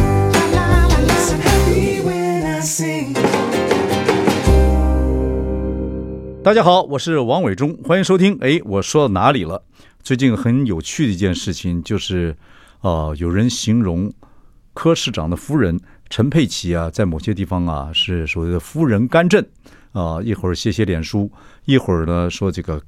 So happy when I sing. 大家好，我是王伟忠，欢迎收听。哎，我说到哪里了？最近很有趣的一件事情就是，呃，有人形容柯市长的夫人陈佩琪啊，在某些地方啊是所谓的夫人干政啊、一会儿写写脸书，一会儿呢说这个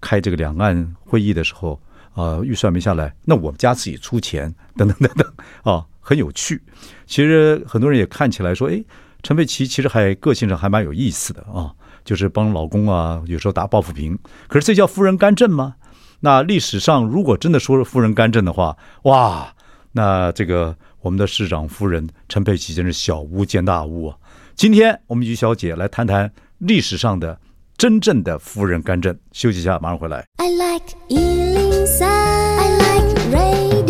开这个两岸会议的时候啊、预算没下来，那我们家自己出钱，等等等等啊，很有趣。其实很多人也看起来说，哎，陈佩琪其实还个性上还蛮有意思的啊，就是帮老公啊，有时候打抱不平。可是这叫夫人干政吗？那历史上如果真的说是夫人干政的话，哇，那这个我们的市长夫人陈佩琪真是小巫见大巫啊！今天我们于小姐来谈谈历史上的真正的夫人干政。休息一下，马上回来。 I like Ealing Sound. I like radio.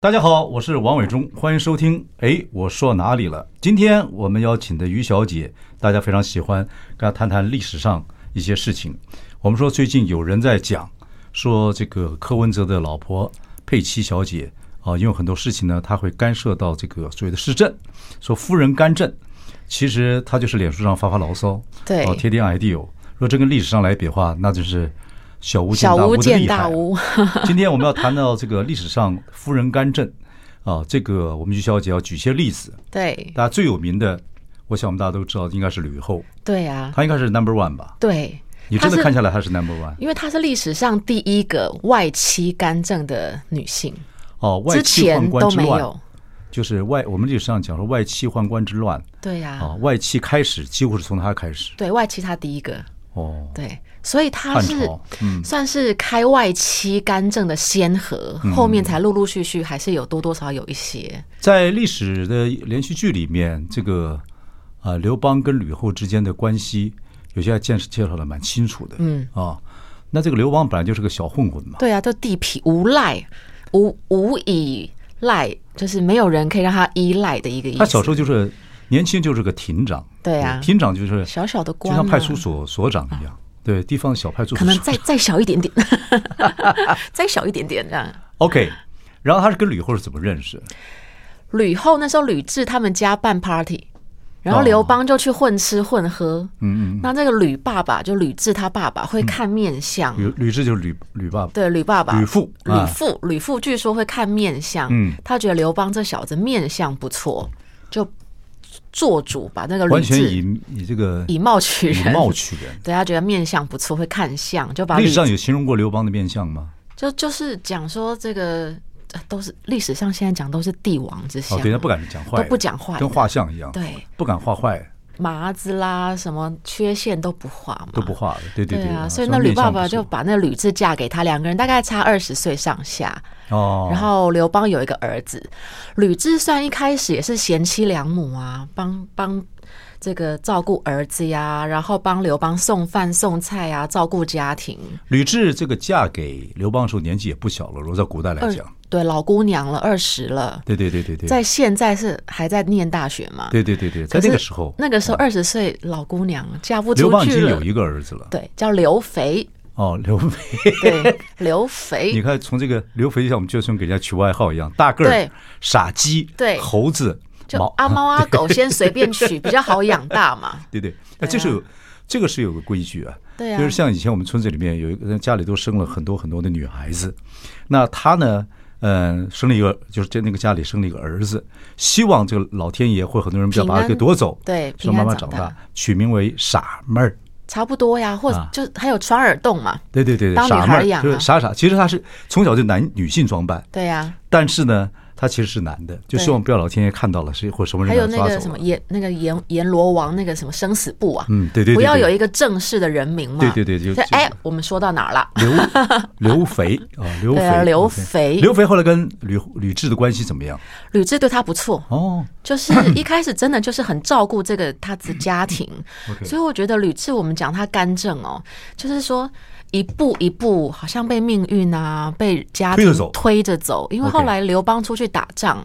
大家好，我是王伟忠，欢迎收听。哎，我说哪里了？今天我们邀请的于小姐，大家非常喜欢，跟她谈谈历史上一些事情。我们说最近有人在讲，说这个柯文哲的老婆佩奇小姐啊，因为很多事情呢，她会干涉到这个所谓的市政，说夫人干政，其实她就是脸书上发发牢骚，对哦，贴点 idea。若真跟历史上来比的话，那就是小巫小巫见见大大巫巫的厉啊 害。今天我们要谈到这个历史上夫人干政啊，这个我们于小姐要举些例子。对大家最有名的，我想我们大家都知道，应该是吕后，对啊，她应该是 number one 吧？对，你她真的是看下来，她是 number one 因为她是历史上第一个外戚干政的女性，哦。外之戚宦前官都之没乱有，。就是外我们历史上讲说外戚宦官之乱对呀、啊，外戚开始几乎是从她开始对外戚她第一个，哦。对，所以她汉是朝嗯算是开外戚干政的先河，嗯后面才陆陆续续还是有多多少少有一些。在历史的连续剧里面，这个啊、呃刘邦跟吕后之间的关系，有些还介介绍的蛮清楚的。嗯啊，那这个刘邦本来就是个小混混嘛，对啊，就地痞无赖，无无以赖，就是没有人可以让他依赖的一个意思。他小时候就是年轻就是个亭长。对啊亭长就是小小的官就像嘛派出所所长一样。对，地方小派出所可能所再再小一点 点，再小一点点这样。 OK。然后他是跟吕后是怎么认识的？吕后那时候吕雉他们家办 party，然后哦刘邦就去混吃混喝。嗯嗯那这个吕爸爸就吕雉他爸爸会看面相，吕吕雉就是吕吕爸爸。对吕爸爸嗯吕父啊吕父吕父据说会看面相，嗯他觉得刘邦这小子面相不错，就做主把那个吕完全雉以以这个以貌取以人，貌取人。对他觉得面相不错，会看相，就把历吕史上有形容过刘邦的面相吗？就就是讲说这个呃都是历史上现在讲都是帝王之相哦啊，，对，他不敢讲坏的，都不讲坏的跟画像一样，对不敢画坏的，麻子啦，什么缺陷都不画嘛，都不。画的，对对啊，所以那吕爸爸就把那吕雉嫁给他，两个人大概差二十岁上下。哦，然后刘邦有一个儿子，吕雉虽然一开始也是贤妻良母啊，帮帮这个照顾儿子呀，然后帮刘邦送饭送菜呀，照顾家庭。吕雉这个嫁给刘邦的时候年纪也不小了，如果在古代来二讲，对老姑娘了，二十了，对对对对对，在现在是还在念大学嘛？对对对对，在可是那个时候，嗯那个时候二十岁老姑娘嫁不出去刘了，邦已经有一个儿子了，对叫刘肥，哦，刘备，对刘肥，你看从这个刘肥就像我们就像给人家取外号一样，大个儿对、傻鸡、对猴子、就啊毛，阿 猫阿狗先随便取，比较好养大嘛。对对，对哎，啊这是有这个是有个规矩啊，对啊就是像以前我们村子里面有一个人家里都生了很多很多的女孩子，那她呢，嗯、生了一个就是在那个家里生了一个儿子，希望这个老天爷或很多人不要平安把他给夺走，对说平妈安妈长大大，取名为傻妹儿。差不多呀，或者啊就还有穿耳洞嘛，对对对，对当女傻妹孩儿养啊就是傻傻。其实她是从小就男女性装扮，对呀、但是呢，他其实是男的，就希望不要老天爷看到了，是或什么人还把有他那抓个走什么了。阎那个阎阎罗王那个什么生死簿啊，嗯对对对不要对有一个正式的人名嘛，对对对就所以就哎，我们说到哪儿了？刘刘肥 啊，刘对啊肥，刘 OK 肥刘肥后来跟吕吕雉的关系怎么样？吕雉对他不错，哦， 就是一开始真的就是很照顾这个他的家庭嗯 OK 所以我觉得吕雉我们讲他干政哦，就是说一步一步好像被命运啊，被家推着庭走推着走，因为 OK 后来刘邦出去打仗，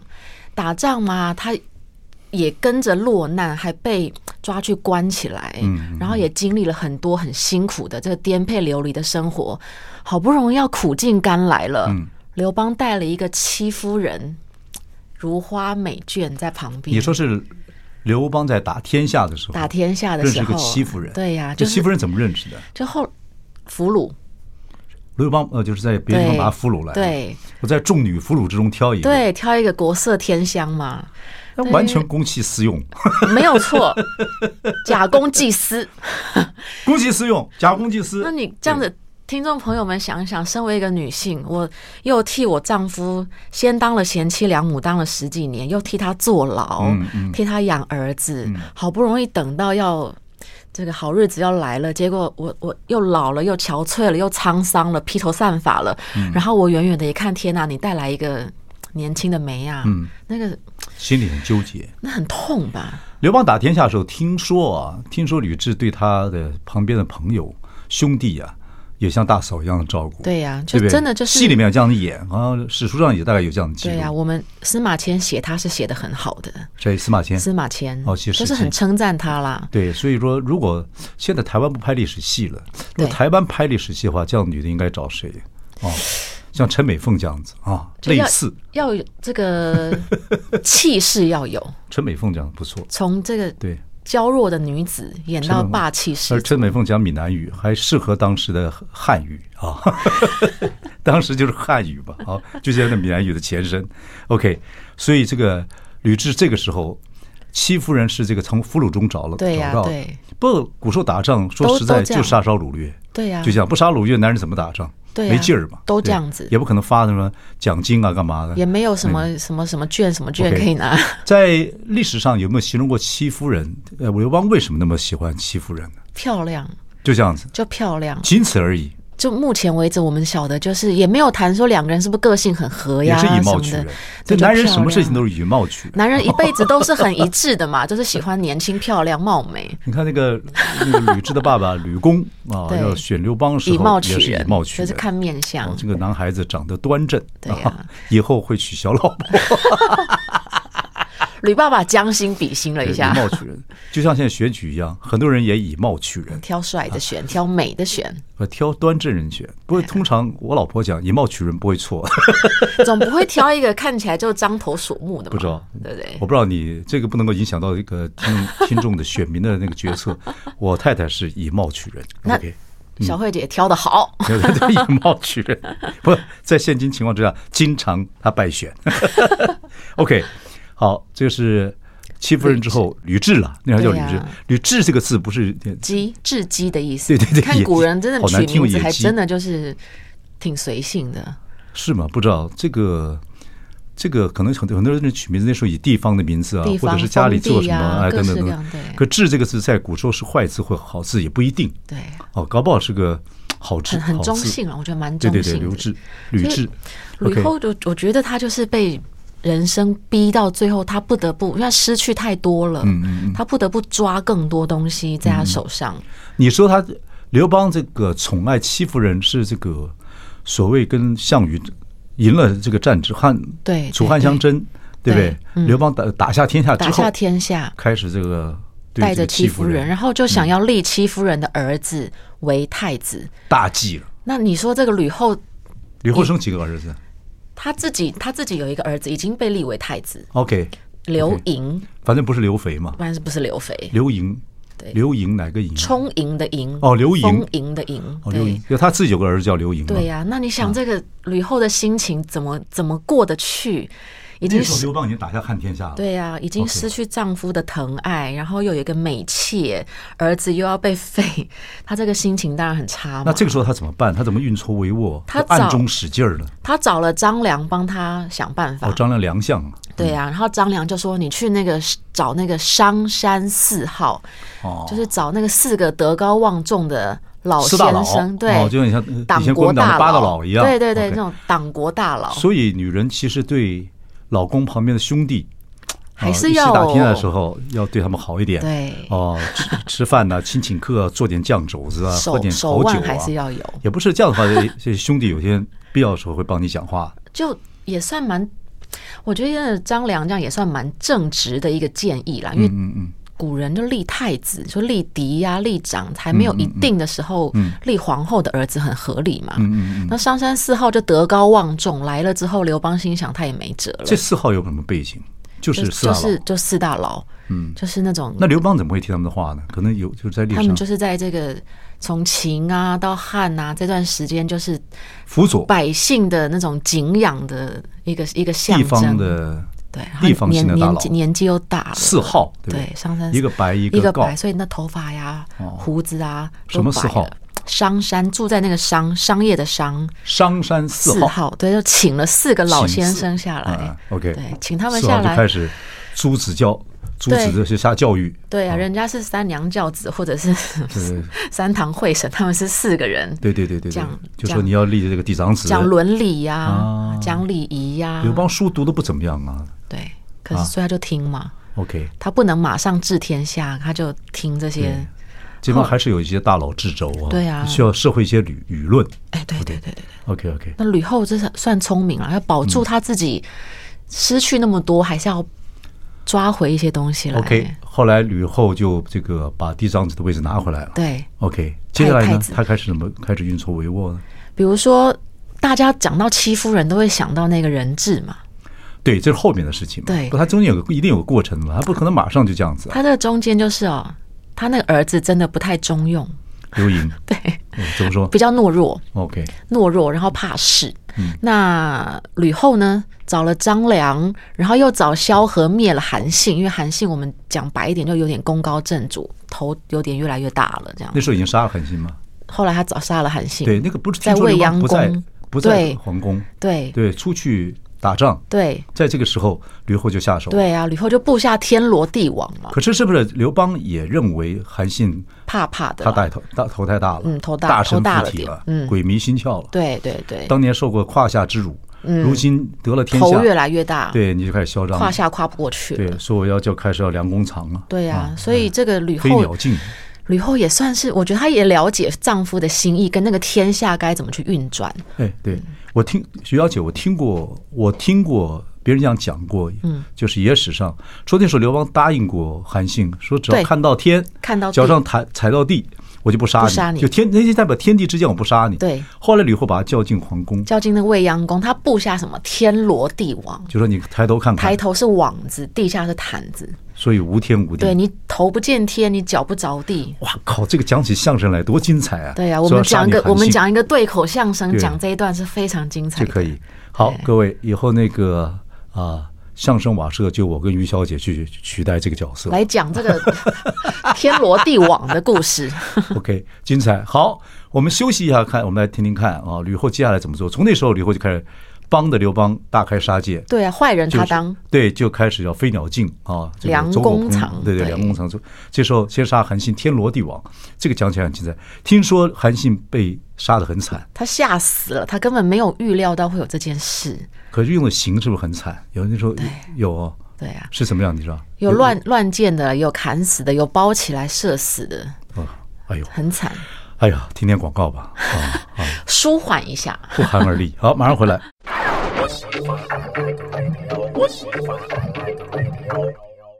打仗嘛，他也跟着落难，还被抓去关起来，嗯然后也经历了很多很辛苦的这个颠沛流离的生活，好不容易要苦尽甘来了。嗯刘邦带了一个戚夫人如花美眷在旁边，你说是刘邦在打天下的时候打天下的认时识候，个戚夫人，对呀、这就戚是夫人嗯怎么认识的？就后俘虏，刘邦呃，就是在别对地方把他俘虏来，，对我在众女俘虏之中挑一个，对，挑一个国色天香嘛，那完全公器私用，没 有错，假公济私。公器私用，假公济私。那你这样子，听众朋友们想一想，身为一个女性，我又替我丈夫先当了贤妻良母，当了十几年，又替他坐牢，嗯嗯替他养儿子，好不容易等到要。这个好日子要来了，结果我我又老了，又憔悴了，又沧桑了，披头散发了。嗯然后我远远的一看，天哪，你带来一个年轻的梅啊，嗯那个对心里很纠结。那很痛吧？刘邦打天下的时候，听说啊，听说吕雉对他的旁边的朋友兄弟啊，也像大嫂一样的照顾。对呀、就对不对真的就是戏里面有这样的演，然后史书上也大概有这样的记录。对呀、我们司马迁写他是写的很好的，所以司马迁，司马迁哦写就是史记很称赞他 啦。对，所以说如果现在台湾不拍历史戏了，如对果台湾拍历史戏的话，这样的女的应该找谁？哦，像陈美凤这样子啊，就类要似要有这个气势要有，陈美凤这样不错。从这个对，娇弱的女子演到陈美霸气十而足。陈美凤讲闽南语，还适合当时的汉语啊， 当时就是汉语吧，啊，就现在闽南语的前身。OK，所以这个吕雉这个时候，戚夫人是这个从俘虏中找了，对呀找到的对。不过古时候打仗，说都实在都这就样杀烧掳掠，对呀、就这样，不杀掳掠，男人怎么打仗？对啊没劲儿嘛，都这对样子也不可能发什么奖金啊，干嘛的？也没有什么什么什么券什么券嗯 OK 可以拿。 在历史上有没有形容过戚夫人？呃，刘邦为什么那么喜欢戚夫人呢？漂亮就这样子，就漂亮，仅此而已。就目前为止我们晓得，就是也没有谈说两个人是不是个性很合也哎呀是以貌取什么人的。。这就男人什么事情漂亮都是以貌取 人。男人一辈子都是很一致的嘛，就是喜欢年轻、漂亮、貌美，你看那个那个吕雉的爸 爸吕公啊，对要选刘邦的时以貌候取也是以人，貌取就是人。看面相哦，。这个男孩子长得端正，对呀啊 以后会娶小老婆，吕爸爸将心比心了一以下，貌取人，就像现在选举一样，很多人也以貌取 人，挑帅的选，挑美的选，呃挑端正人选。不过通常我老婆讲以貌取人不会 错，总不会挑一个看起来就张头鼠目的嘛，不知道对不对我？不知道你这个不能够影响到这个听 众听众的选民的那个决策。我太太是以貌取人那，OK。小慧姐挑的好，有人对以貌取人，不在现今情况之下，经常他败选。OK，好，这个是戚夫人之后吕雉了，那还叫吕对啊雉呀。吕雉这个字不是鸡雉鸡的意思。对对对看野古鸡人真的好难取听哦名字野还鸡真的就是挺随性的，是吗？不知道这个。这个可能很多很多人取名字那时候以地方的名字啊地，或方者是家里做什么封地呀啊哎等等等各式等各样对。可“雉”这个字在古时候是坏字或好字也不一定对，哦，搞不好是个好字，很很好中字性了，我觉得蛮对中对对，性刘的雉。、吕所以雉，吕 OK 后就我觉得她就是被人生逼到最后，她不得不因为她失去太多了，嗯她不得不抓更多东西在她手上。你说他刘邦这个宠爱戚夫人是这个所谓跟项羽赢了这个战之汉，对楚对汉相争，对不对对？嗯刘邦打打下天下之打后下，天下，开始这个对带这着个戚戚夫夫人，人嗯然后就想要立戚夫人的儿子为太子。大忌了。那你说这个吕后，吕后生几个儿子她自己她自己有一个儿子已经被立为太子， ？OK，刘盈，反正不是刘肥嘛，不然是不是刘肥？刘盈对，刘盈哪个盈？充盈的盈嗯哦刘盈丰盈的盈，哦，对刘盈，嗯就他自己有个儿子叫刘盈嘛。对呀、那你想这个吕后的心情怎么怎么过得去？已那经时候是刘邦已经打下汉天下了。，对呀、已经 OK 失去丈夫的疼爱，然后又有一个美妾，儿子又要被废， 她这个心情当然很差嘛。那这个时候他怎么办？他怎么运筹帷幄？他找暗中使劲儿呢？她找了张良帮她想办法。哦，张良良相啊。对呀、然后张良就说：“你去那个找那个商山四号，哦，就是找那个四个德高望重的老四大佬先生，对，哦，就很像呃以党前国国民党大的八大佬一样。对对对， OK 那种党国大佬所以女人其实对老公旁边的兄弟，还啊是一起要打拼的时候要对他们好一点。对哦，吃吃饭呐、 亲请客啊、做点酱肘子啊，喝手点手好酒腕还是啊。要有，也不是这样的话， 这这兄弟有些必要的时候会帮你讲话。就也算蛮，我觉得张良这样也算蛮正直的一个建议啦，因为嗯嗯，古人就立太子，就立嫡呀、立长，还没有一定的时候，嗯立皇后的儿子很合理嘛。那商山四号就德高望重，来了之后，刘邦心想他也没辙了这，四号有什么背景？就是四大就佬。是就四大佬，嗯，就是那种那刘邦怎么会听他们的话呢？可能有就是在历他史上们就是在这个从秦啊到汉啊这段时间，就是辅佐百姓的那种敬仰的一个一个象地征。方的对，然地后方性年的大年佬纪年纪又大了，四号，对不对上山一个白一一个个告哦白，，所以那头发呀、胡子啊，什么四号？商山住在那个商商业的商商山四四号。号，对，就请了四个老请先四生下来啊、，OK，对，请他们四号下就开来，始诸子教，诸子对这些下教育，对啊，人家是三娘教子或者是对三堂会审，他们是四个人，对对对对这对样，就这说样你要立这个嫡长子。讲嗯伦理呀、啊讲礼仪呀、刘邦书读的不怎么样啊对，可啊是所以他就听嘛， ，OK，他不能马上治天下，他就听这些，这边还是有一些大佬制肘啊，对啊需要社会一些舆舆论哎，对对对对对。 ，OK OK，那吕后这是算聪明啊了，要保住他自己失去那么多，还是要抓回一些东西来。 OK，后来吕后就这个把嫡长子的位置拿回来了。对， OK，接下来太呢，子他开始怎么开始运筹帷幄呢？比如说大家讲到戚夫人，都会想到那个人质嘛，对，这是后面的事情嘛。对不他中间有个一定有个过程了，他不可能马上就这样 子啊。他这个中间就是哦，他那个儿子真的不太中用，刘盈对，嗯怎么说比较懦弱， ？OK，懦弱，然后怕事。那吕后呢，找了张良，然后又找萧何灭了韩信，因为韩信我们讲白一点，就有点功高震主，头有点越来越大了这样那。时候已经杀了韩信嘛？后来他找杀了韩信，对，那个不是在听说未刘邦央不在宫，不在对皇宫，对对，出去打仗，对在这个时候吕后就下手。，对啊，吕后就布下天罗地网嘛，可是是不是刘邦也认为韩信怕怕的他啦。带头大头太大了，嗯头大大身头大附了体点了，嗯鬼迷心窍了。对对对，嗯当年受过胯下之辱，如今得了天头越下，来越大，对，你就开始嚣张了，胯下跨不过去对，哎了。说我要就开始要量工厂了，对啊，所以这个吕飞鸟后，尽，吕后也算是，我觉得她也了解丈夫的心意跟那个天下该怎么去运转。哎，嗯对我听徐小姐，我听过，我听过别人这样讲过，嗯，就是野史上说那时候刘邦答应过韩信，说只要对看到天，看到地脚上踩踩到地，我就不杀不杀你就天那就代表天地之间我不杀你。对，后来吕后把他叫进皇宫，较劲的未央宫，她布下什么天罗地网，就说你抬头看看，抬头是网子，地下是毯子。所以无天无地。对你头不见天，你脚不着地。哇靠，这个讲起相声来多精彩啊！对啊，说我们要杀讲一你个韩我们信讲一个对口相声，对讲这一段是非常精彩就的。可以。好，哎各位，以后那个啊，相声瓦舍就我跟于小姐去去取代这个角色。来讲这个 天罗地网的故事。 OK，精彩。好，我们休息一下看，我们来听听看啊，吕后接下来怎么做？从那时候，吕后就开始帮着刘邦大开杀戒。对啊，坏人就他是当，对，就开始要飞鸟尽啊，这个梁走狗公烹藏对对，对梁公藏。这时候先杀韩信，天罗地网，这个讲起来很精彩。听说韩信被杀的很惨，他吓死了，他根本没有预料到会有这件事。可是用的刑是不是很惨？有那时候有哦对啊，是什么样？你知道？有乱乱箭的，有砍死的，有包起来射死的，啊，哎呦，很惨。哎呀，听点广告吧，啊，舒缓一下，不寒而栗。好，马上回来。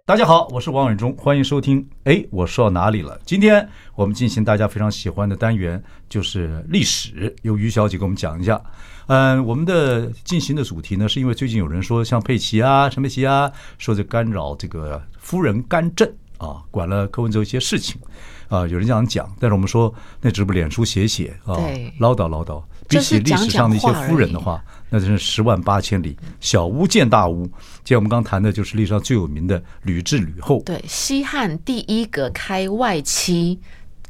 大家好，我是王伟忠，欢迎收听。哎，我说到哪里了？今天我们进行大家非常喜欢的单元，就是历史，由于小姐给我们讲一下。嗯，我们的进行的主题呢，是因为最近有人说像佩奇啊、陈佩奇啊，说这干扰这个夫人干政啊，管了柯文哲一些事情啊，有人这样讲，但是我们说那只不过脸书写写啊对，唠叨唠叨，比就起是历史上的一些讲讲话夫人的话，那真是十万八千里，小巫见大巫。今天我们刚谈的就是历史上最有名的吕雉、吕后，对，西汉第一个开外戚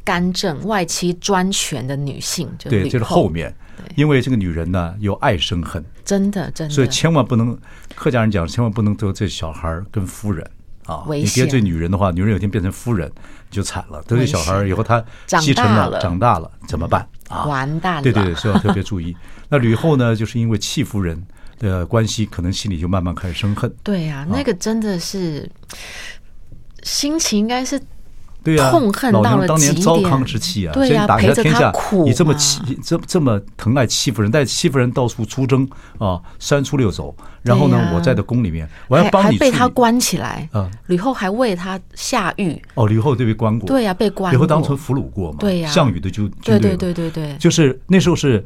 干政、外戚专权的女性，就对，吕这是后面对，因为这个女人呢有爱生恨，真的真的，所以千万不能，客家人讲千万不能得罪小孩儿跟夫人啊！危你得罪险女人的话，女人有一天变成夫人你就惨了。得罪危小孩儿以险后，他长继承大了，了长大了怎么办啊？完蛋了对对对，所以要特别注意。那吕后呢，就是因为弃夫人的关系，可能心里就慢慢开始生恨。对啊，那个真的是心情应该是对呀、痛恨老到娘了当年极糟点糠之妻啊，对呀先打陪下着天她下，苦啊你这么嘛欺，这这么疼爱欺负人，带欺负人到处出征啊，三出六走。然后呢，对呀我在的宫里面，我要还帮还你被处他理关起来嗯，吕后还为他下狱，哦，吕后对被关过，对呀被关吕后当过成俘虏过嘛，对呀项羽的军军对队对嘛，对对对，就是那时候是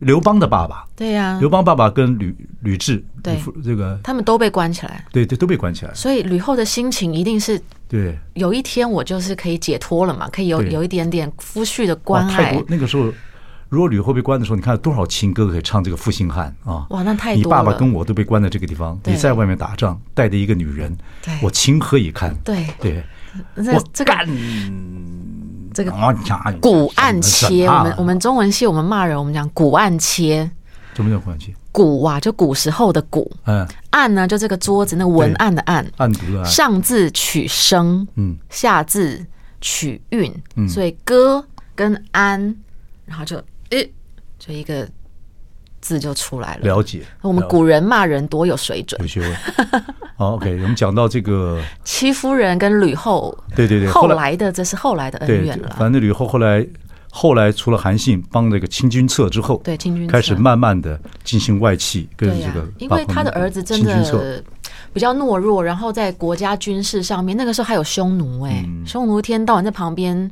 刘邦的爸爸，对呀刘，邦爸爸跟吕吕雉，嗯对吕夫这个他们都被关起来，对对都被关起来了，所以吕后的心情一定是对，有一天我就是可以解脱了嘛，可以有对有一点点夫婿的哇关，泰爱国，那个时候。如果吕后被关的时候，你看多少情歌可以唱这个《负心汉》啊！哇那太你多爸爸了跟我都被关在这个地方，你对在外面打仗，带着一个女人对，我情何以堪？对对，这我这个干这个啊！呀古案切，啊我们我们中文系我们骂人，我们讲古案切，怎么叫关系？古啊就古时候的古，嗯，案呢就这个桌子那文案的案，案牍啊，上字取声，嗯，下字取韵，所以歌跟安，然后就诶、就一个字就出来了。了解。我们了解古人骂人多有水准有，学问。 好，OK，我们讲到这个，戚夫人跟吕后，对对对，后来来的这是后来的恩对怨，了。反正吕后后来后来除了韩信帮这个清君侧之后，对清君侧开始慢慢的进行外戚跟对这呀、个因八为国联军，他的儿子真清君侧的比较懦弱，然后在国家军事上面，那个时候还有匈奴哎、匈奴一天到晚在旁边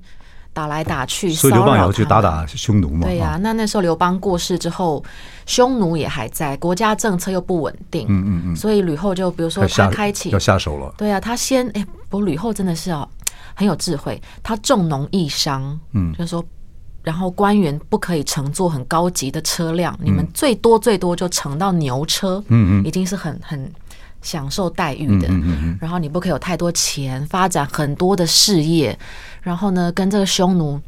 打来打去，嗯所以刘邦也骚扰要去他打们打匈奴嘛，对呀、啊，那那时候刘邦过世之后，匈奴也还在，国家政策又不稳定，嗯嗯嗯，所以吕后就比如说要他下开启要，下手了，对呀、他先哎，不过吕后真的是哦很有智慧，她重农抑商，嗯，就是说。然后官员不可以乘坐很高级的车辆，你们最多最多就乘到牛车，嗯嗯嗯，嗯已经是很很享受待遇的。嗯然后你不可以有太多钱，发展很多的事业，然后呢，跟这个匈奴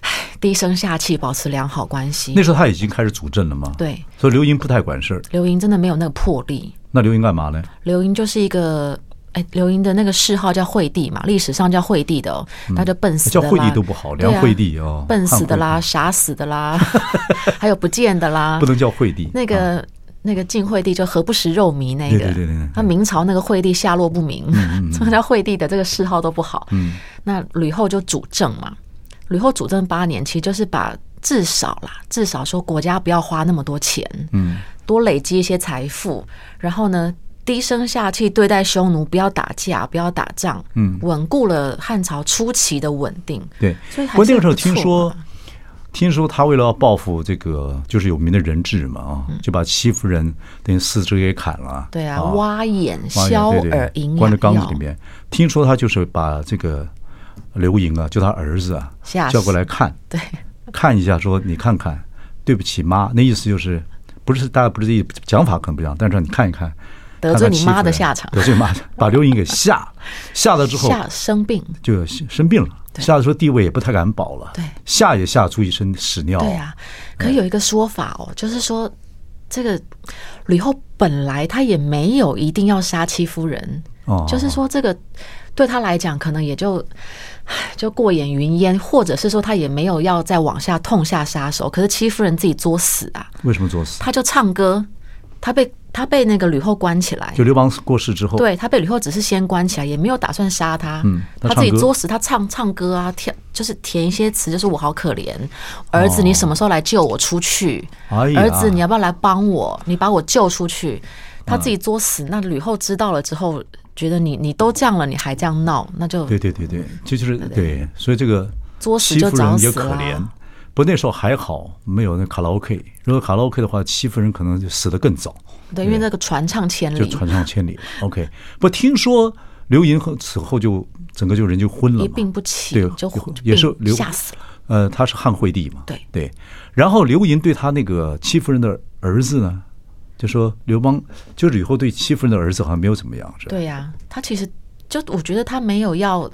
唉低声下气，保持良好关系那。时候他已经开始主政了嘛，，对，所以刘盈不太管事儿，刘盈真的没有那个魄力，那刘盈干嘛呢？刘英就是一个，哎，刘英的那个谥号叫惠帝嘛，历史上叫惠帝的哦，那就笨死嗯的叫啦，惠帝都不好，对啊梁惠帝哦，笨死的汉啦，惠傻死的啦， 还有不见的啦，帝，不能叫惠帝，那啊个、那个晋惠帝就何不食肉糜那个，对对对对嗯对他明朝那个惠帝下落不明， 什么叫惠帝的这个谥号都不好。嗯，那吕后就主政嘛，吕后主政八年，其实就是把至少啦，至少说国家不要花那么多钱，嗯，多累积一些财富，然后呢。低声下气对待匈奴，不要打架，不要打仗，嗯，稳固了汉朝初期的稳定。对，所以还不过那是个时候不错听说吧，听说他为了要报复这个就是有名的人质嘛啊，就把戚夫人等于四肢给砍了，嗯对啊，啊挖眼、挖眼削对对耳、营养关在缸子药里面。听说他就是把这个刘盈啊，就他儿子啊吓，死叫过来看对，看一下，说你看看，对不起妈，那意思就是不是大家不是这意讲法可能不一样，但是让你看一看。得罪你妈的下场看看戚夫人得罪妈，把刘盈给吓 了，吓了之后下生病，就生病了，下的时候地位也不太敢保了，对下也下出一身屎尿，对啊，可有一个说法哦，就是说这个吕后本来她也没有一定要杀戚夫人，哦就是说这个对她来讲可能也就唉就过眼云烟，或者是说她也没有要再往下痛下杀手。可是戚夫人自己作死啊，为什么作死？她就唱歌，她被她被那个吕后关起来就。刘邦过世之后，，对她被吕后只是先关起来，也没有打算杀她。哦嗯她她唱自己歌作死，她唱唱歌啊，填就是填一些词，就是我好可怜，儿子你什么时候来救我出去？哎呀嗯儿子，你要不要来帮我？你把我救出去。他自己作死，那吕后知道了之后，觉得你你都这样了，你还这样闹，那就对对对对，这就是对，所以这个作死戚就夫人早也死啊可怜啦。不过那时候还好没有那卡拉 OK，如果卡拉 OK 的话，戚夫人可能就死得更早，对，因为那个传唱千就里，传上千里了。OK，不过听说刘盈后此后就整个就人就昏了嘛，一病不起，对就就就也是病刘吓死了。呃，他是汉惠帝嘛，对对。然后刘盈对他那个戚夫人的儿子呢，就说刘邦就是以后对戚夫人的儿子好像没有怎么样，是吧？对呀、他其实就我觉得他没有要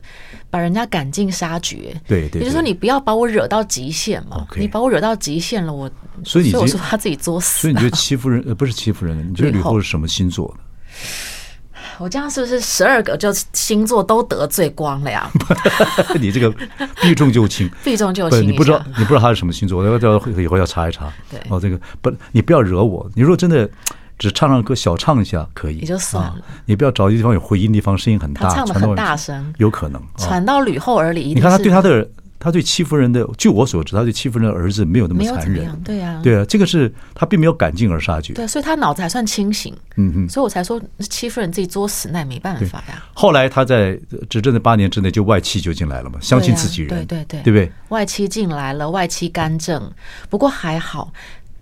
把人家赶尽杀绝，对对也就是说对你不要把我惹到极限嘛 OK 你把我惹到极限了，我所以你我觉说他自己作死，所以你觉得戚夫人呃不是戚夫人，你觉得吕吕后后是什么星座的？ 我这样是不是十二个就星座都得罪光 了呀？你这个避重就轻，避重就不，轻一你下，不知道，你不知道他是什么星座，要要以后要查一查。对哦，这个不，你不要惹我。你如果真的只唱唱歌，小唱一下可以，也就算啊了你不要找一个地方有回音的地方，声音很大，他唱得传到很外面大去声有可能。啊传到吕后耳里，一你定看他是对他的，他对戚夫人的，据我所知，他对戚夫人的儿子没有那么没有残怎么忍样，。对呀、对啊，这个是他并没有赶尽而杀绝。对，所以他脑子还算清醒，嗯嗯。所以我才说欺负人自己作死，那也没办法呀。后来他在执政的八年之内就外戚就进来了嘛，相信自己人，对对对对不对？外戚进来了，外戚干政，不过还好，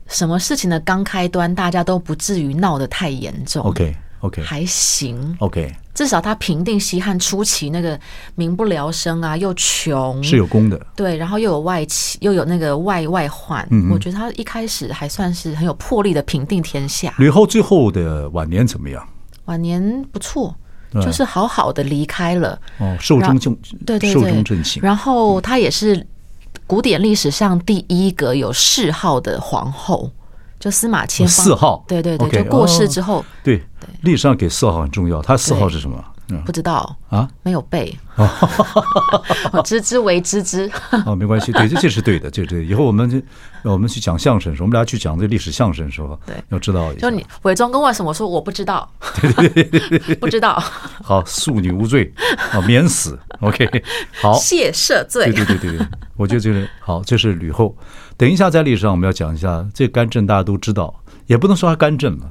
什么事情的刚开端，大家都不至于闹得太严重。 OK OK 还行， OK 至少他平定西汉初期那个民不聊生啊，又穷，是有功的，对，然后又有外戚，又有那个外外患，嗯我觉得他一开始还算是很有魄力的平定天下。吕后最后的晚年怎么样？晚年不错，对就是好好的离开了，哦，寿终正对对寿对，终正寝。然后她也是古典历史上第一个有谥号的皇后，就司马迁哦方谥号对对对 OK，就过世之哦后、对，历史上给四号很重要，他四号是什 么？嗯不知道啊，没有背， 我知之为知之， 哦，没关系，对，这这是对的，这这以后我们就我们去讲相声的时候，我们俩去讲这历史相声的时候，对要知道一下就你伟忠跟我什么我说我不 知道，不知道，好，庶女无罪，啊，免死。OK，好， 谢赦罪。哦对对对对对，我觉得这个好，这是吕后。等一下，在历史上我们要讲一下这干政，大家都知道，也不能说他干政了，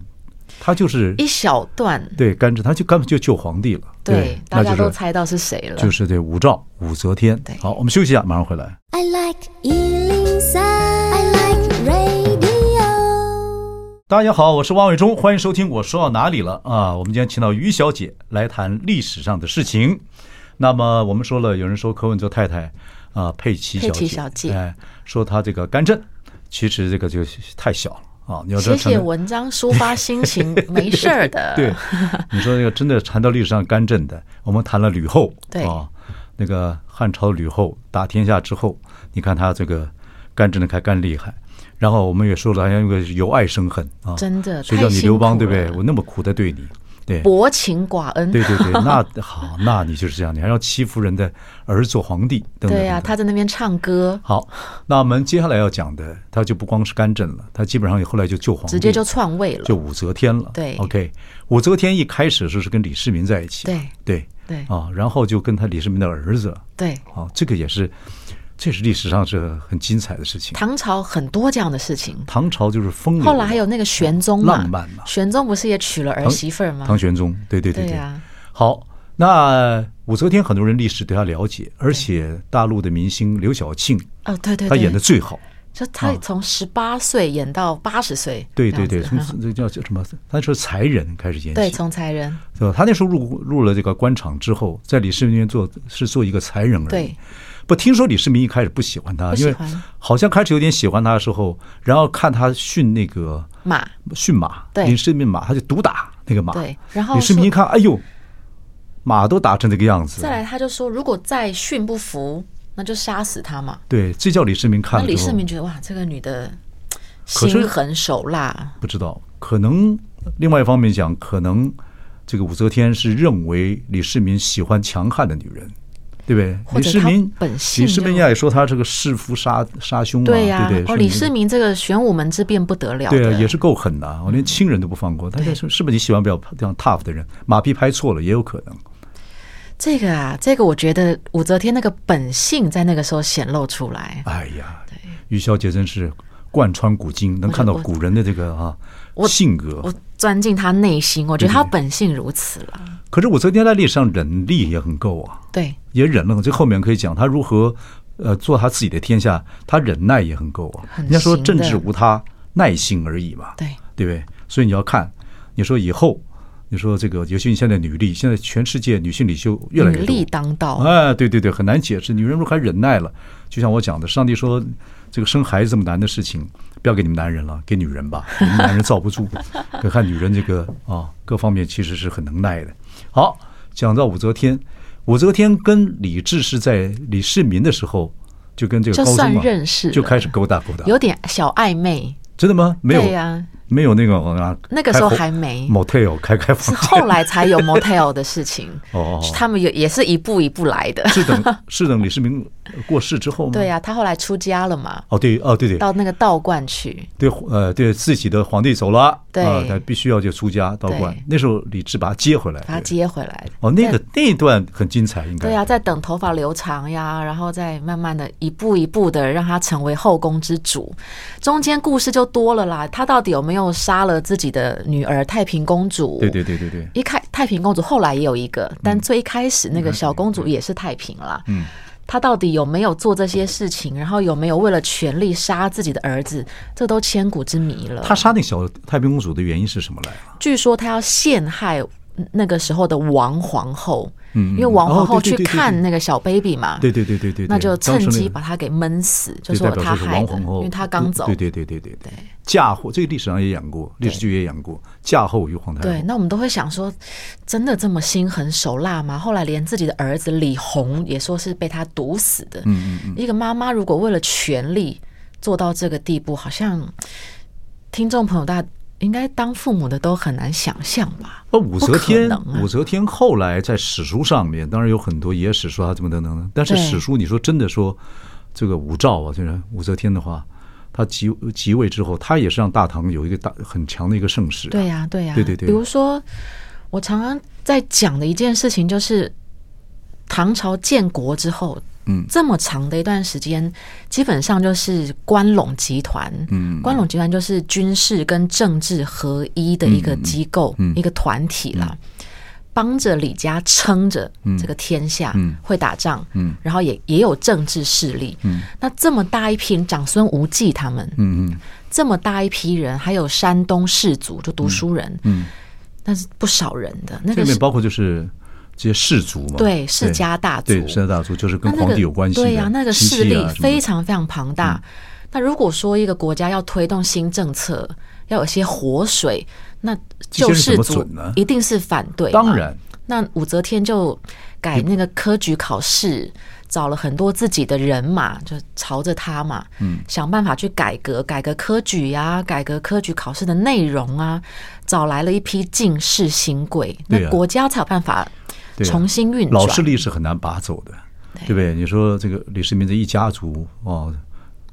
他就是一小段，对干政，他就根本就救皇帝了，对，大那家就都是猜到是谁了。就是这武曌武则天对。好，我们休息一下，马上回来。 I like Ealing Sound. I like radio. 大家好，我是汪伟忠，欢迎收听。我说到哪里了啊？我们今天请到于小姐来谈历史上的事情。那么我们说了，有人说柯文哲太太啊，佩奇小姐，佩奇小姐哎，说她这个干政，其实这个就太小了啊。你要知道写写传到文章 抒发 心情，没事儿的。对，你说这个真的谈到历史上干政的，我们谈了吕后，对啊，那个汉朝吕后打天下之后，你看她这个干政的还干厉害。然后我们也说了，好像有个由爱生恨啊，真的谁叫太你辛刘邦苦对不对？了我那么苦的对你，对，薄情寡恩。对对对，那好，那你就是这样，你还要欺负人的儿做皇帝，等等对等呀、等哦他在那边唱歌，好，那我们接下来要讲的，他就不光是干政了，他基本上也后来就救皇帝了，直接就篡位了。就武则天了。对，OK，武则天一开始是跟李世民在一起，啊对对对啊，然后就跟他李世民的儿子对，啊，这个也是，这是历史上是很精彩的事情。唐朝很多这样的事情。唐朝就是风流，后来还有那个玄宗嘛，嗯浪漫嘛玄宗不是也娶了儿唐媳妇儿吗？唐玄宗，对对对对呀好，那武则天很多人历史对她了解，而且大陆的明星刘晓庆，哦，对对对，她演的最好。就他从十八岁演到八十岁，对这样对子对，从很好这叫叫什么？她是才人开始演起，对从才人，对吧？他那时候入入了这个官场之后，在李世民那边做是做一个才人而已。对，不听说李世民一开始不喜欢他，不因喜为欢好像开始有点喜欢他的时候，然后看他训那个马驯马，对李世民马，他就毒打那个马。对然后李世民说一看，哎呦，马都打成这个样子再，来他就说，如果再训不服，那就杀死他嘛。对，这叫李世民看那了李之后世民觉得哇，这个女的可是心狠手辣，不知道，可能另外一方面讲，可能这个武则天是认为李世民喜欢强悍的女人，对不对？或李者世民她本性李世民就也说他这个弑夫杀杀兄嘛，对呀、不对？哦，说李你世民这个玄武门之变不得了的，对啊，也是够狠的啊，我连亲人都不放过。大家说是不是你喜欢比较这样 tough 的人？马屁拍错了也有可能。这个啊，这个我觉得武则天那个本性在那个时候显露出来。哎呀，于小姐真是贯穿古今，能看到我古人的这个啊我性格。我钻进她内心，我觉对得对她对本性如此了。可是武则天在历史上忍力也很够啊。对，也忍了。这后面可以讲他如何呃做他自己的天下，他忍耐也很够啊。很人家说行政的治无他，耐心而已嘛，对对不对？所以你要看，你说以后你说这个，尤其你现在女力，现在全世界女性领袖越来女越多力，当道，哎，对对对，很难解释。女人如果还忍耐了，就像我讲的，上帝说这个生孩子这么难的事情，不要给你们男人了，给女人 吧，你们男人遭不住。可看女人这个啊，各方面其实是很能耐的。好，讲到武则天，武则天跟李治是在李世民的时候就跟这个就高宗算啊认识了就开始勾搭勾搭，有点小暧昧，真的吗？没有对呀没有那个啊，那个时候还没 motel 开开是 房间，后来才有 motel 的事情。哦哦哦是他们也也是一步一步来 的。是等是等李世民过世之后吗？对呀、他后来出家了嘛，哦对哦对对，到那个道观去。对，呃，对自己的皇帝走了，对啊他必须要就出家道观对。那时候李治把他接回来，把他对接回来。哦，那个那一段很精彩，应该对啊呀、再等头发留长呀，然后再慢慢的一步一步的让他成为后宫之主，中间故事就多了啦。他到底有没有杀了自己的女儿太平公主？对嗯对对对对，一开太平公主后来也有一个，但最开始那个小公主也是太平啦。嗯，她到底有没有做这些事情？然后有没有为了权力杀自己的儿子？这都千古之谜了。他杀那小太平公主的原因是什么来啊？据说他要陷害那个时候的王皇后，因为王皇哦后对去对对对看那个小 baby 嘛，对对对对对，对那就趁当时那机个把他给闷死，就对是代我表他说是害王的，皇后，因为他刚走。对对对对对对，嫁祸这个历史上也演过，历史剧也演过，嫁祸于皇太对后。那我们都会想说，真的这么心狠手辣吗？后来连自己的儿子李弘也说是被他毒死的。嗯嗯一个妈妈如果为了权力做到这个地步，好像听众朋友大应该当父母的都很难想象吧？那哦呃武不则可天能，啊武则天后来在史书上面，当然有很多野史说她怎么等等等，但是对史书你说真的说这个武曌啊，就是武则天的话，她即即位之后，她也是让大唐有一个大很强的一个盛世、对，呀、对呀、啊对对对比如说，我常常在讲的一件事情就是，唐朝建国之后，嗯这么长的一段时间，基本上就是关陇集团，嗯关陇集团就是军事跟政治合一的一个机构，嗯一个团体啦。帮着李家撑着这个天下，嗯会打仗，嗯然后也也有政治势力，那这么大一批人长孙无忌他们，嗯嗯这么大一批人，还有山东士族，就读书人，嗯，那是不少人的。那这个里面是包括就是这些士族嘛，对世家大族，对世家大族就是那跟那个皇帝有关系的，对呀、那个亲戚势力啊什么的嗯非常非常庞大。那如果说一个国家要推动新政策，要有些活水，那这些救人怎世么族准呢一定是反对。当然，那武则天就改那个科举考试，找了很多自己的人马，就朝着他嘛，嗯，想办法去改革，改革科举呀、改革科举考试的内容啊，找来了一批进士新贵，对那啊国家才有办法对啊重新运转。老势力是很难拔走的，对不对？你说这个李世民这一家族哦，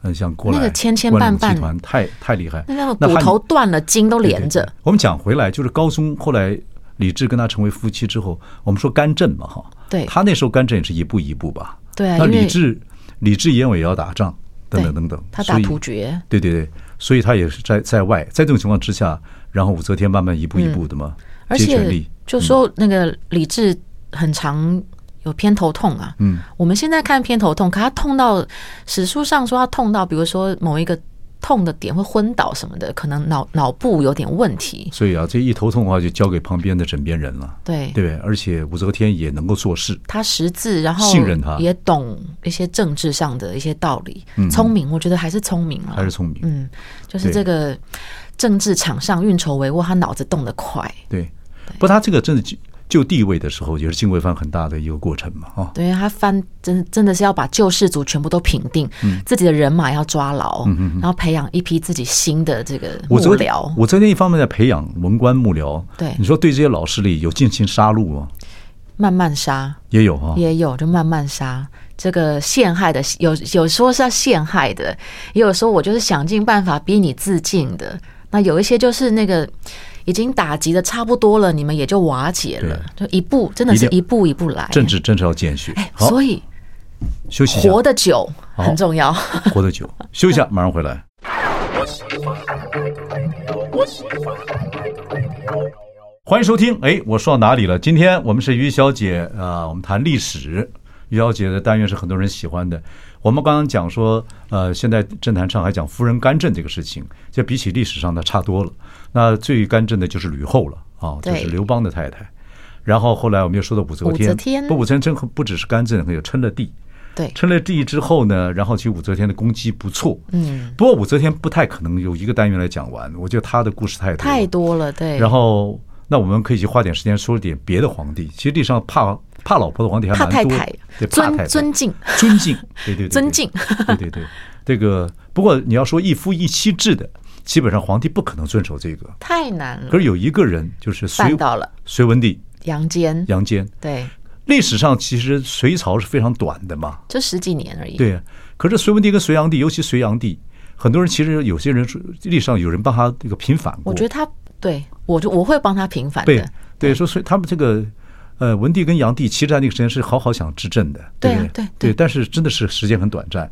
嗯，像过来那个千千关万陇万集团太太厉害，那那个骨汉头断了，筋都对连对着对。我们讲回来，就是高宗后来李治跟他成为夫妻之后，我们说干政嘛哈，对他那时候干政也是一步一步吧，对啊那因为李治李治也也要打仗，等等对等等，他打所以突厥，对对对，所以他也是在在外，在这种情况之下，然后武则天慢慢一步一步的嘛，嗯而接权且力，就说那个李治很常有偏头痛啊。嗯，我们现在看偏头痛，可他痛到史书上说他痛到，比如说某一个痛的点会昏倒什么的，可能脑脑部有点问题。所以啊，这一头痛的话就交给旁边的枕边人了。对，对不对？而且武则天也能够做事，他识字，然后信任他嗯也懂一些政治上的一些道理，聪明，我觉得还是聪明啊，还是聪明。嗯，就是对这个政治场上运筹帷幄，他脑子动得快。对，不过她这个真的就就地位的时候，也是晋贵藩很大的一个过程嘛，啊。对，他翻真真的是要把救世族全部都平定，嗯自己的人马要抓牢，然后培养一批自己新的这个幕武则僚。武则天一方面在培养文官幕僚，对你说对这些老势力有进行杀戮吗？慢慢杀也有啊，也有，就慢慢杀。这个陷害的有有说是要陷害的，也有说我就是想尽办法逼你自尽的。那有一些就是那个已经打击的差不多了，你们也就瓦解了，就一步真的是一定一步一步来。政治真是要见血。好，哎所以休息一下，活得久好很重 要。活得久，休息一下，马上回来。欢迎收听，哎，我说到哪里了？今天我们是于小姐啊、呃我们谈历史。于小姐的单元是很多人喜欢的。我们刚刚讲说，呃，现在政坛上还讲夫人干政这个事情，这比起历史上的差多了。那最干政的就是吕后了啊，就对是刘邦的太太。然后后来我们又说到武则武则天，天不，武则天真不只是干政，还有称了帝。对，称了帝之后呢，然后其实武则天的功绩不错，嗯，不过武则天不太可能有一个单元来讲完，我觉得她的故事太多了太多了，对。然后，那我们可以去花点时间说点别的皇帝。其实历史上怕怕老婆的皇帝还怕蛮太多的，太对，怕太太尊尊敬，尊敬，对对对，对尊敬， 对对对。这个不过你要说一夫一妻制的，基本上皇帝不可能遵守这个。太难可了。是有一个人就是隋办到了，隋文帝杨坚，杨坚。对，历史上其实隋朝是非常短的嘛，就十几年而已。，对。啊可是隋文帝跟隋炀帝，尤其隋炀帝，很多人其实有些人说历史上有人帮他这个平反过。我觉得他对我就我会帮他平反对的。对，说所以他们这个呃文帝跟炀帝，其实在那个时间是好好想执政的，对啊不对对对但是真的是时间很短暂，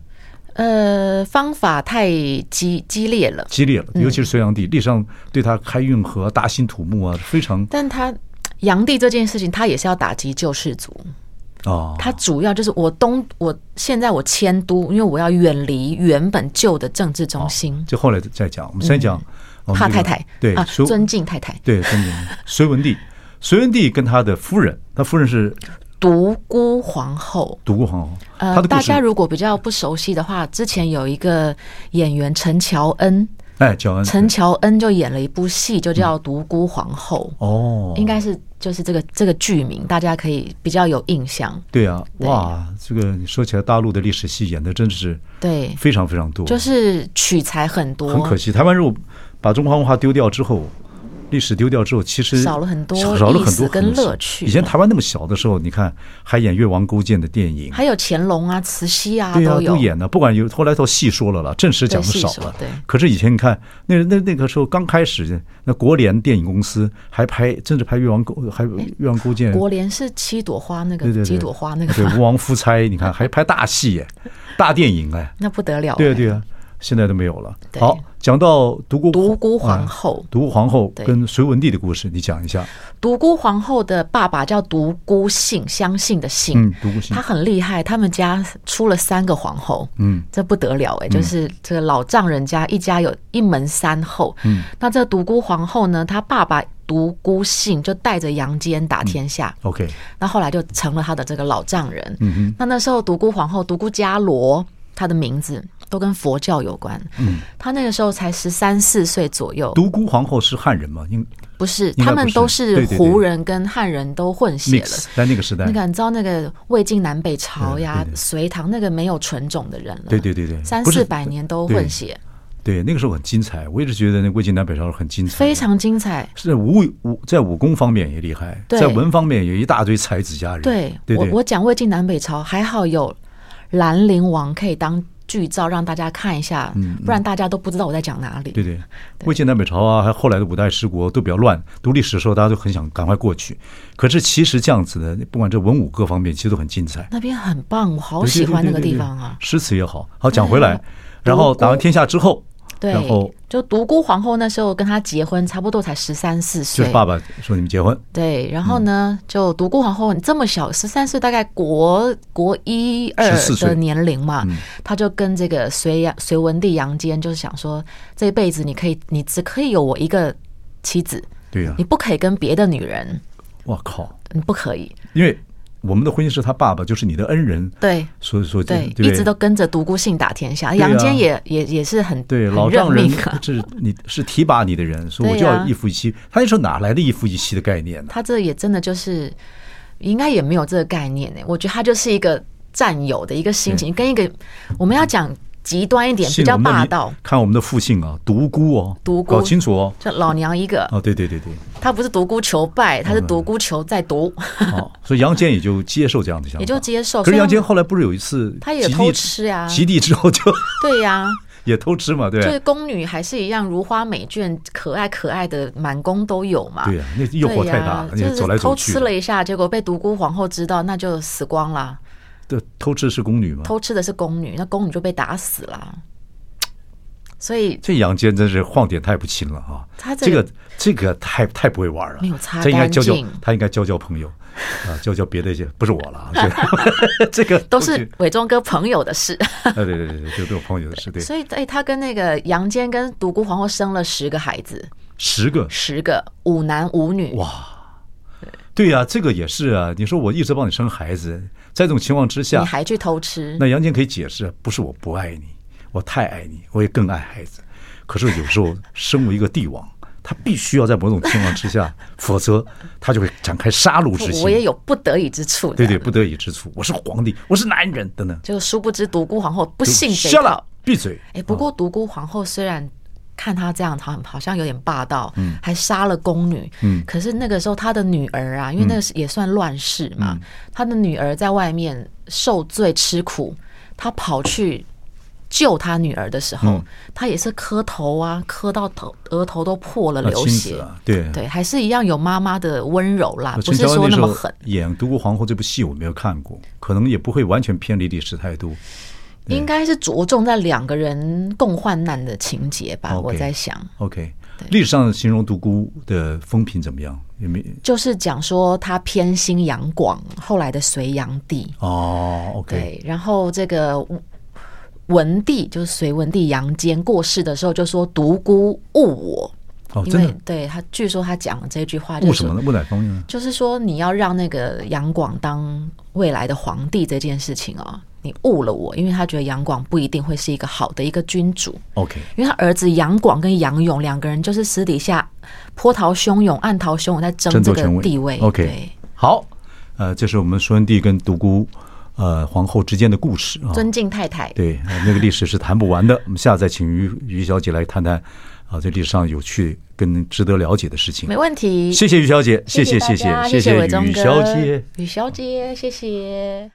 呃，方法太激激烈了，激烈了，尤其是隋炀帝，历史上对他开运河、大兴土木啊，非常但他杨帝这件事情，他也是要打击救世族。啊，他主要就是我东，我现在我迁都，因为我要远离原本旧的政治中心。就后来再讲，我们先讲我们嗯怕这太个太，对啊，隋尊敬太太。对尊敬隋文帝，隋文帝跟他的夫人，他夫人是独孤皇后，独孤皇后，他呃，的故大家事如果比较不熟悉的话，之前有一个演员陈乔恩，哎，乔恩陈乔恩就演了一部戏，就叫《独孤皇后》，哦，应该是就是这个这个剧名，大家可以比较有印象。对啊，对哇，这个你说起来大陆的历史戏演的真是对，非常非常多，就是取材很多，哦很可惜，台湾如果把中华文化丢掉之后，历史丢掉之后，其实少了很多少了很意思多跟很多乐事趣以前台湾那么小的时候，你看还演越王勾践的电影，还有乾隆啊、慈禧啊对呀、都有。都演了。不管有后来都细说了了，正史讲的对少细说了。对可是以前你看，那那那个时候刚开始，那国联电影公司还拍，甚至拍越王勾，还越王勾践。国联是七朵花那对对对，个，七朵花那对个，吴王夫差，你看还拍大戏耶，大电影哎， 那不得了。对啊对啊，现在都没有了。对好，讲到独孤独孤啊皇后，独孤皇后对跟隋文帝的故事，你讲一下。独孤皇后的爸爸叫独孤信，相信的信。嗯，独孤信他很厉害，他们家出了三个皇后，嗯，这不得了哎、就是这个老丈人家一家有一门三后，嗯，那这独孤皇后呢，她爸爸独孤信就带着杨坚打天下， ，OK，那后来就成了他的这个老丈人，嗯那那时候独孤皇后独孤伽罗，她的名字都跟佛教有关，嗯，她那个时候才十三四岁左右，独孤皇后是汉人吗？应不是，应该他们不是都对对是对胡人跟汉人都混血了 mix，在那个时代你，敢知道那个魏晋南北嗯朝对呀对、对隋唐那个没有纯种的人了，对对对对三不是四百年都混血，对那个时候很精彩。我一直觉得那魏晋南北朝是很精彩的，非常精彩。是武武在武功方面也厉害，对在文方面有一大堆才子佳人。对对我对，我讲魏晋南北朝，还好有兰陵王可以当剧照让大家看一下，不然大家都不知道我在讲哪里。嗯对对，魏晋南北朝啊，还有后来的五代十国都比较乱。读历史的时候，大家都很想赶快过去。可是其实这样子的，不管这文武各方面，其实都很精彩。那边很棒，我好喜欢那个地方啊！对，对对对对诗词也好。好，讲回来嗯，然后独孤打完天下之后，对然后，就独孤皇后那时候跟她结婚，差不多才十三四岁，就是爸爸说你们结婚，对，然后呢，嗯就独孤皇后你这么小，十三岁，大概国国一二14岁嗯的年龄嘛，她就跟这个隋炀隋文帝杨坚，就是想说，这辈子你可以，你只可以有我一个妻子，对呀、你不可以跟别的女人，我靠，你不可以，因为我们的婚姻是他爸爸，就是你的恩人，对。所以说对，不对一直都跟着独孤信打天下，啊杨坚也也也是很对很老丈认人命啊。是你是提拔你的人，所以我就对要呀一夫一妻。他那时候哪来的一夫一妻的概念呢？他这也真的就是，应该也没有这个概念欸呢、我觉得他就是一个占有的一个心情，跟一个我们要讲极端一点，比姓嗯较我们的霸名道。，看我们的父姓啊，独孤哦，独孤搞清楚哦。就老娘一个，哦，对哦对对对，他不是独孤求败，他是独孤求再独， 哦，所以杨坚也就接受这样的想法，也就接受。可是杨所以坚后来不是有一次他也极偷地吃啊呀极地之后就他们对呀、 也偷吃嘛，对就吧是宫女还是一样如花美眷，可爱可爱的，满宫都有嘛。对呀，那诱惑啊对呀太大了，就也是走来走偷去吃的，了一下，结果被独孤皇后知道，那就死光啦。对，偷吃是宫女嘛。偷吃的是宫女，那宫女就被打死了。所以这杨坚真是晃点太不轻了啊！他这这个个这个太太不会玩了，没有擦这应该交交干净他应该交交朋友啊，交交别的一些不是我 了啊，这 这个都是伟忠哥朋友的事。啊，对 对对对，就都有朋友的事对。所以，哎，他跟那个杨坚跟独孤皇后生了十个孩子，十个，十个五男五女，对呀、这个也是啊。你说我一直帮你生孩子，在这种情况之下你，还去偷吃那，杨坚可以解释，不是我不爱你，我太爱你，我也更爱孩子。可是有时候身为一个帝王，他必须要在某种情况之 下，否则他就会展开杀戮之心。我也有不得已之处。对对，不，得已之处。我是皇帝，我是男人，等等。就殊不知独孤皇后不信这一下了套。，闭嘴。啊哎，不过独孤皇后虽然看她这样，好像好像有点霸道，还杀了宫女，可是那个时候她的女儿啊，因为那个是也算乱世嘛，她的女儿在外面受罪吃苦，她跑去。救她女儿的时候，她也是磕头啊，磕到头额头都破了，那流亲血。子啊，对。对，还是一样有妈妈的温柔啦，不陈是乔恩说那那时么候狠，演《独孤皇后》这部戏，我没有看过，可能也不会完全偏离历史态度。应该是着重在两个人共患难的情节吧。 OK 啊我在想， OK，历史上形容独孤的风评怎么样？有没就是讲说他偏心杨广，后来的隋炀帝，哦，OK，对，然后这个文帝就是隋文帝杨坚过世的时候，就说独孤误我，哦，因真为的对他据说他讲了这句话，就误是什么说呢？误哪方面呢？就是说你要让那个杨广当未来的皇帝这件事情哦，你误了我，因为他觉得杨广不一定会是一个好的一个君主。 OK，因为他儿子杨广跟杨勇两个人就是私底下波涛汹涌、暗潮汹涌在争争嗯这夺个权位地位。 OK，对，好，呃，这是我们顺帝跟独孤呃皇后之间的故事啊。尊敬太太，对，呃那个历史是谈不完的。 我们下次再请于于小姐来谈谈啊，这历史上有趣跟值得了解的事情没。问题。谢谢于小姐，谢谢谢谢大家谢谢谢伟忠于哥小姐。雨小姐，谢谢。